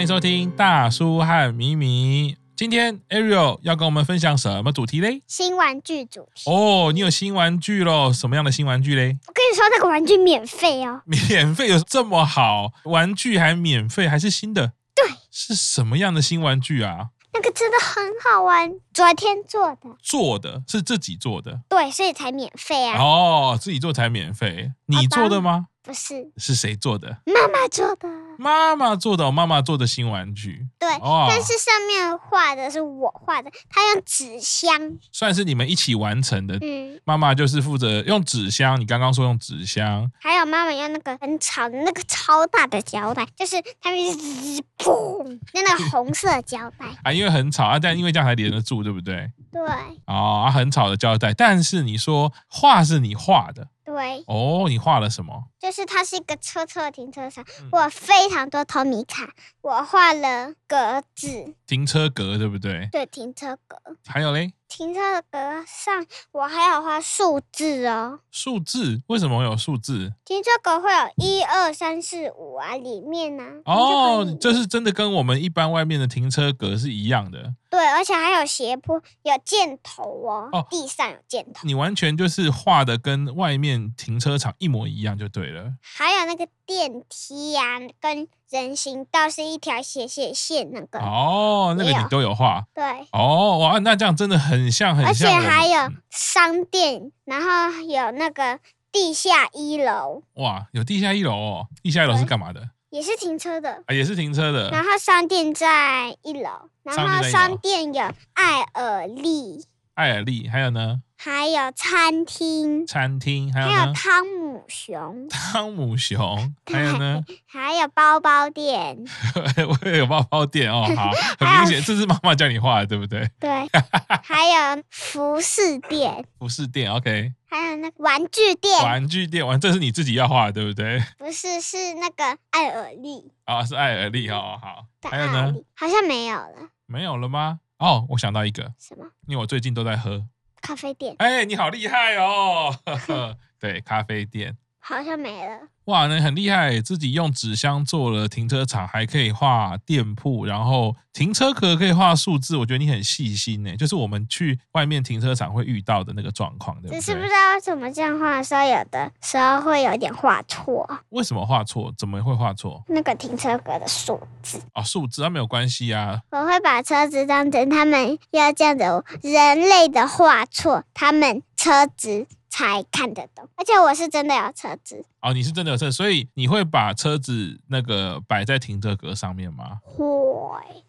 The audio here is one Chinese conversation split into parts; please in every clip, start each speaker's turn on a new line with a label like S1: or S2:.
S1: 迎收听大叔和咪咪。今天 Ariel 要跟我们分享什么主题嘞？
S2: 新玩具主题。
S1: 哦，你有新玩具喽？什么样的新玩具嘞？
S2: 我跟你说，那个玩具免费哦，
S1: 免费有这么好？玩具还免费，还是新的？
S2: 对，
S1: 是什么样的新玩具啊？
S2: 那个真的很好玩，昨天做的，
S1: 做的是自己做的
S2: 对，所以才免费啊，
S1: 哦，自己做才免费。你做的吗？
S2: 不是
S1: 是谁做的？
S2: 妈妈做的，
S1: 妈妈做的，哦妈妈做的新玩具。
S2: 对。
S1: 哦，
S2: 但是上面画的是我画的，他用纸箱，
S1: 算是你们一起完成的。
S2: 嗯，
S1: 妈妈就是负责用纸箱，你刚刚说用纸箱，
S2: 还有妈妈用那个很吵的那个超大的胶带，就是他们就是砰，那那个红色胶带，
S1: 啊，因为很吵啊，但因为这样才连得住，对不对？
S2: 对
S1: 哦，啊，很吵的胶带，但是你说画是你画的
S2: 对，
S1: 哦，你画了什么？
S2: 就是它是一个车车的停车场
S1: 嗯，
S2: 我有非常多透米卡，我画了格子，
S1: 停车格对不对？
S2: 对，停车格。
S1: 还有嘞，
S2: 停车格上，我还有画数字哦。
S1: 数字为什么有数字？
S2: 停车格会有一二三四五啊，里面呢、啊。停车格里
S1: 哦
S2: 面，
S1: 这是真的跟我们一般外面的停车格是一样的，
S2: 对，而且还有斜坡，有箭头哦，
S1: 哦
S2: 地上有箭头，
S1: 你完全就是画的跟外面停车场一模一样就对了。
S2: 还有那个电梯呀、跟人行道是一条斜斜线那个。
S1: 哦，那个
S2: 没有
S1: 你都有画
S2: 对，
S1: 哦，哇，那这样真的很像，很
S2: 而且
S1: 像我嗯们。
S2: 还有商店，然后有那个地下一楼，
S1: 哇，有地下一楼哦，地下一楼是
S2: 对
S1: 干嘛的？
S2: 也是停车的。
S1: 啊，也是停车的。
S2: 然后商店在一楼，
S1: 商店
S2: 然
S1: 在
S2: 后
S1: 一楼
S2: 商店有艾尔利，
S1: 艾尔利，还有呢，
S2: 还有餐厅，
S1: 餐厅，还有
S2: 还有
S1: 呢，
S2: 汤姆熊，
S1: 汤姆 熊，还有呢，
S2: 还有包包店。
S1: 我也有包包店哦。 好，很明显，这是妈妈叫你画的，对不对？
S2: 对，还有服饰店，
S1: 服饰店，OK，
S2: 还有那个玩具店，
S1: 玩具店，玩这是你自己要画的，对不对？
S2: 不是是那个艾尔利
S1: 啊，是艾尔利哦，好，
S2: 的
S1: 还
S2: 艾
S1: 有
S2: 尔
S1: 呢，
S2: 利，好像没有了。
S1: 没有了吗？哦，我想到一个，
S2: 什么
S1: 因为我最近都在喝。
S2: 咖啡店
S1: 哎、你好厉害哦！ 呵呵对，咖啡店，
S2: 好像没了，
S1: 哇，那很厉害，自己用纸箱做了停车场，还可以画店铺，然后停车格可以画数字，我觉得你很细心呢。就是我们去外面停车场会遇到的那个状况，对
S2: 只
S1: 不
S2: 是不
S1: 对
S2: 知？道怎么这样画的时候，有的时候会有点画错
S1: 为什么画错？怎么会画错？
S2: 那个停车格的数字。
S1: 哦，数字那、没有关系啊。
S2: 我会把车子当成他们要这样子，人类的画错，他们车子才看得懂。而且我是真的有车子，
S1: 哦，你是真的有车，所以你会把车子那个摆在停车格上面吗？
S2: 会。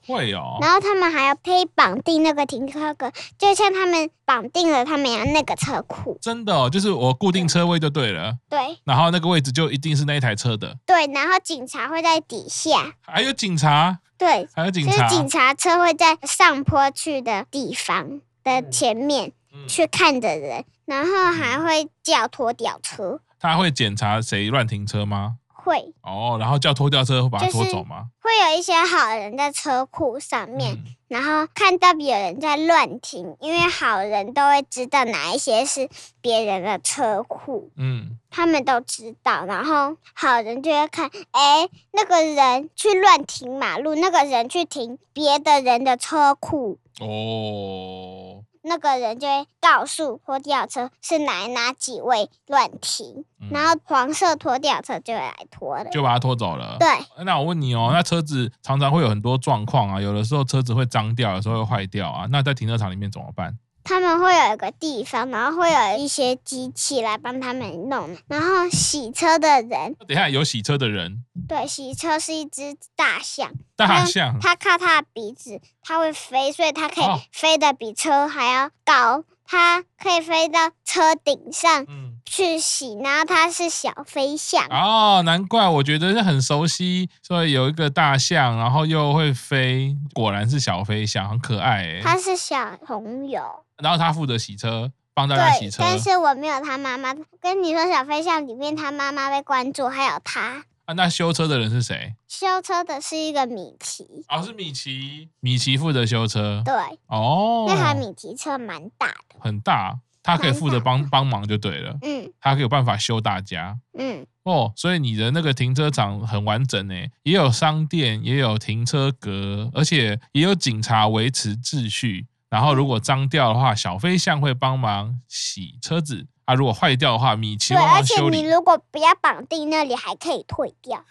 S1: 会哦。
S2: 然后他们还要可以绑定那个停车格，就像他们绑定了他们要那个车库。
S1: 真的哦，就是我固定车位就对了，
S2: 对
S1: 然后那个位置就一定是那一台车的。
S2: 对，然后警察会在底下，
S1: 还有警察，
S2: 对，
S1: 还有警
S2: 就是
S1: 察，
S2: 警察车会在上坡去的地方的前面
S1: 嗯
S2: 去看着人，然后还会叫拖吊车，
S1: 他会检查谁乱停车吗？
S2: 会。
S1: 哦，然后叫拖吊车会把他
S2: 就是
S1: 拖走吗？
S2: 会有一些好人在车库上面，
S1: 嗯
S2: 然后看到有人在乱停，因为好人都会知道哪一些是别人的车库，
S1: 嗯，
S2: 他们都知道。然后好人就会看，哎，那个人去乱停马路，那个人去停别的人的车库，
S1: 嗯哦，
S2: 那个人就会告诉拖吊车是哪哪几位乱停，
S1: 嗯
S2: 然后黄色拖吊车就会来拖了。
S1: 就把他拖走了。
S2: 对，嗯
S1: 那我问你哦，那车子常常会有很多状况啊，有的时候车子会脏掉，有时候会坏掉啊。那在停车场里面怎么办？
S2: 他们会有一个地方，然后会有一些机器来帮他们弄。然后洗车的人，
S1: 等一下有洗车的人，
S2: 对，洗车是一只大象，
S1: 大象，
S2: 它靠它的鼻子，它会飞，所以它可以
S1: 哦
S2: 飞得比车还要高，它可以飞到车顶上
S1: 嗯，
S2: 去洗。然后它是小飞象，
S1: 哦，难怪我觉得是很熟悉，所以有一个大象，然后又会飞，果然是小飞象，很可爱诶。
S2: 它是小红友，
S1: 然后他负责洗车，帮大家洗
S2: 对。
S1: 车。
S2: 但是我没有它妈妈。跟你说，小飞象里面它妈妈被关注，还有它。
S1: 啊，那修车的人是谁？
S2: 修车的是一个米奇，
S1: 哦，是米奇。米奇负责修车。
S2: 对。
S1: 哦，
S2: 那台米奇车蛮大的，
S1: 很大，他可以负责帮帮忙就对了，
S2: 嗯
S1: 他可以有办法修大家
S2: 嗯
S1: 哦。所以你的那个停车场很完整诶，也有商店，也有停车格，而且也有警察维持秩序。然后如果脏掉的话，小飞象会帮忙洗车子啊；如果坏掉的话，米奇
S2: 对，
S1: 会帮
S2: 而
S1: 忙
S2: 且
S1: 修理
S2: 你。如果不要绑定那里，还可以退掉。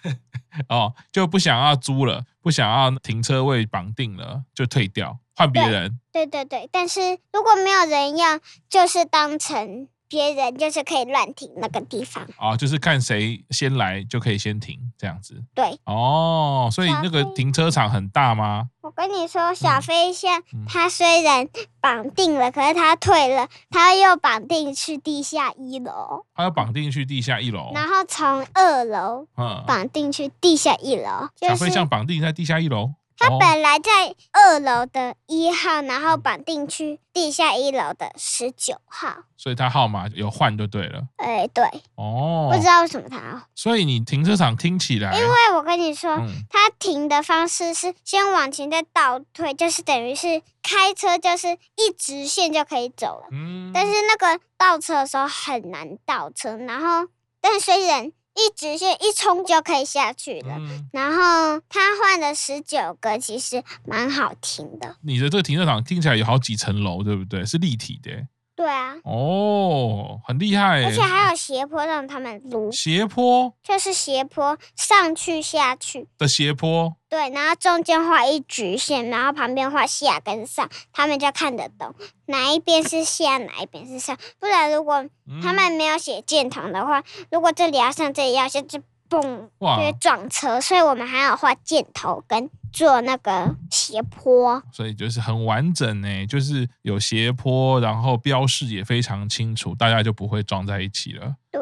S1: 哦，就不想要租了，不想要停车位绑定了，就退掉，换别
S2: 对
S1: 人。
S2: 对对对，但是如果没有人要，就是当成别人，就是可以乱停那个地方。
S1: 哦，就是看谁先来就可以先停这样子。
S2: 对，
S1: 哦，所以
S2: 小
S1: 那个
S2: 飞
S1: 停车场很大吗？
S2: 我跟你说，小
S1: 嗯
S2: 飞象
S1: 嗯
S2: 它虽然绑定了，可是它退了，它又绑定去地下一楼，
S1: 它要绑定去地下一楼。
S2: 然后从二楼
S1: 嗯，
S2: 绑定去地下一楼，
S1: 小
S2: 就
S1: 飞
S2: 是
S1: 象绑定在地下一楼。
S2: 它
S1: 哦
S2: 本来在二楼的一号，然后绑定去地下一楼的十九号。
S1: 所以它号码有换就对了。
S2: 哎，对，
S1: 哦
S2: 不，知道为什么它要，
S1: 所以你停车场听起来，
S2: 因为我哦跟你说，
S1: 嗯，
S2: 它停的方式是先往前再倒退，就是等于是开车就是一直线就可以走了。
S1: 嗯
S2: 但是那个倒车的时候很难倒车，然后但虽然一直线一冲就可以下去了。
S1: 嗯
S2: 然后它换了十九个，其实蛮好停的。
S1: 你的这个停车场听起来有好几层楼，对不对？是立体的耶。
S2: 对啊，
S1: 哦，很厉害耶。
S2: 而且还有斜坡让他们撸，
S1: 斜坡
S2: 就是斜坡上去下去。
S1: 的斜坡，
S2: 对，然后中间画一直线，然后旁边画下跟上，他们就看得懂哪一边是下，哪一边是上。不然如果
S1: 嗯
S2: 他们没有写箭筒的话，如果这里要上，这里要下，就蹦就
S1: 哇
S2: 会撞车。所以我们还要画箭头跟做那个斜坡。
S1: 所以就是很完整呢，就是有斜坡，然后标示也非常清楚，大家就不会撞在一起了。
S2: 对，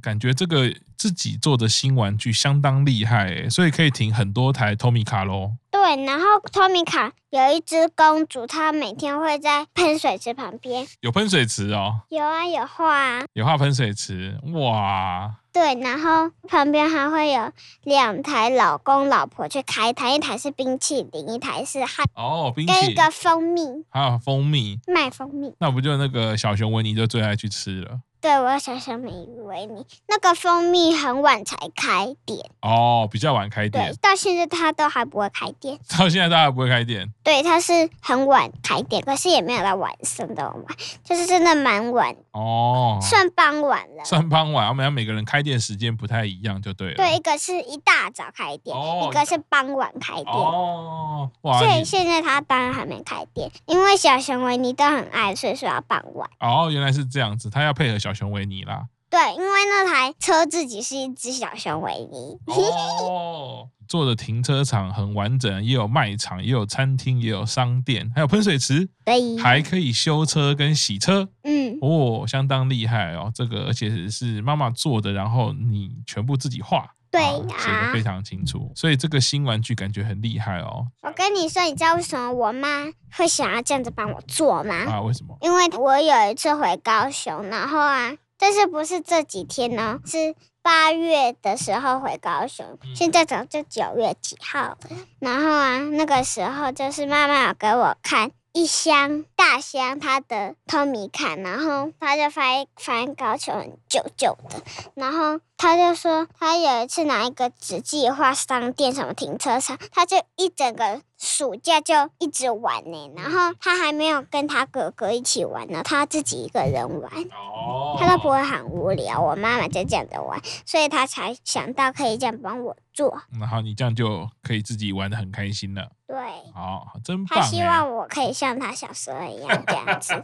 S1: 感觉这个自己做的新玩具相当厉害诶，所以可以停很多台 Tomica 咯。
S2: 对，然后托米卡有一只公主，她每天会在喷水池旁边
S1: 有喷水池哦，
S2: 有啊有画啊，
S1: 有画喷水池，哇！
S2: 对，然后旁边还会有两台老公老婆去开台，一台是冰淇淋，一台是汉，
S1: 哦，冰淇
S2: 跟一
S1: 淋
S2: 个蜂蜜
S1: 还有蜂蜜，
S2: 卖蜂蜜。
S1: 那不就那个小熊维尼就最爱去吃了。
S2: 对，我想想美维尼那个蜂蜜很晚才开店，
S1: 哦，比较晚开
S2: 对
S1: 店，，
S2: 到现在它都还不会开店。
S1: 到现在大家不会开店，
S2: 对，它是很晚开店，可是也没有到晚上的晚，就是真的蛮晚，
S1: 哦，
S2: 算傍晚了。
S1: 算傍晚，我们要每个人开店时间不太一样，就对了。
S2: 对，一个是一大早开店，
S1: 哦
S2: 一个是傍晚开店。
S1: 哦，哇！
S2: 所以
S1: 你
S2: 现在他当然还没开店，因为小熊维尼都很爱，所以说要傍晚。
S1: 哦，原来是这样子，他要配合小熊维尼 啦。
S2: 对，因为那台车自己是一只小熊维尼。
S1: 哦，做的停车场很完整，也有卖场，也有餐厅，也有商店，还有喷水池，
S2: 所以，
S1: 还可以修车跟洗车。
S2: 嗯，
S1: 哦，相当厉害哦！这个而且是妈妈做的，然后你全部自己画，
S2: 对
S1: 啊
S2: 呀
S1: 写的非常清楚，所以这个新玩具感觉很厉害哦。
S2: 我跟你说，你知道为什么我妈会想要这样子帮我做吗？
S1: 啊，为什么？
S2: 因为我有一次回高雄，然后啊，但是不是这几天呢？是八月的时候回高雄，
S1: 嗯
S2: 现在早就九月几号了。然后啊，那个时候就是妈妈有给我看一箱大箱她的透明卡，然后她就翻翻高球很久久的，然后她就说她有一次拿一个纸计划商店什么停车场，她就一整个暑假就一直玩呢、然后她还没有跟她哥哥一起玩呢，她自己一个人玩。
S1: 哦
S2: 她都不会很无聊，我妈妈就这样子玩，所以她才想到可以这样帮我做。
S1: 然后你这样就可以自己玩的很开心了。
S2: 对，
S1: 好，真棒
S2: 他
S1: 哎！
S2: 希望我可以像他小时候一样这样子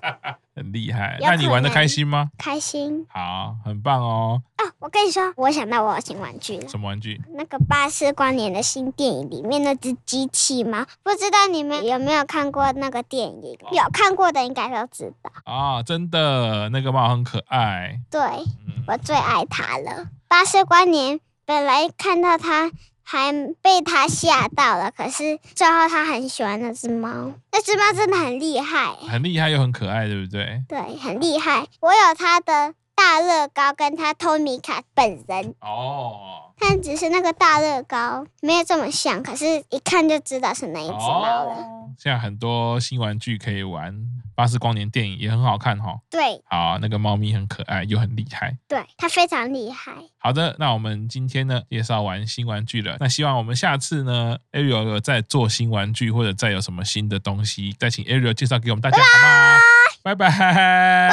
S1: 很厉害。
S2: 有
S1: 那你
S2: 可
S1: 玩的
S2: 能
S1: 开心吗？
S2: 开心
S1: 好，很棒哦。
S2: 哦！我跟你说，我想到我有新玩具了，
S1: 什么玩具？
S2: 那个巴斯光年的新电影里面那只机器猫，不知道你们有没有看过那个电影？有看过的应该都知道。
S1: 啊、真的，那个猫很可爱。
S2: 对
S1: 嗯，
S2: 我最爱它了。巴斯光年本来看到它还被它吓到了，可是最后它很喜欢那只猫，那只猫真的很厉害。
S1: 很厉害又很可爱，对不对？
S2: 对，很厉害。我有他的大乐高跟他托米卡本人，
S1: 哦
S2: 但只是那个大乐高没有这么像，可是一看就知道是哪一只猫了。
S1: 哦，现在很多新玩具可以玩，巴斯光年电影也很好看哈、哦。
S2: 对
S1: 好，那个猫咪很可爱又很厉害。
S2: 对，它非常厉害。
S1: 好的，那我们今天呢介绍完新玩具了，那希望我们下次呢 Ariel 有再做新玩具或者再有什么新的东西，再请 Ariel 介绍给我们大家好吗？拜拜，拜
S2: 拜拜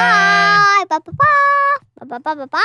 S2: 拜拜拜拜拜拜拜。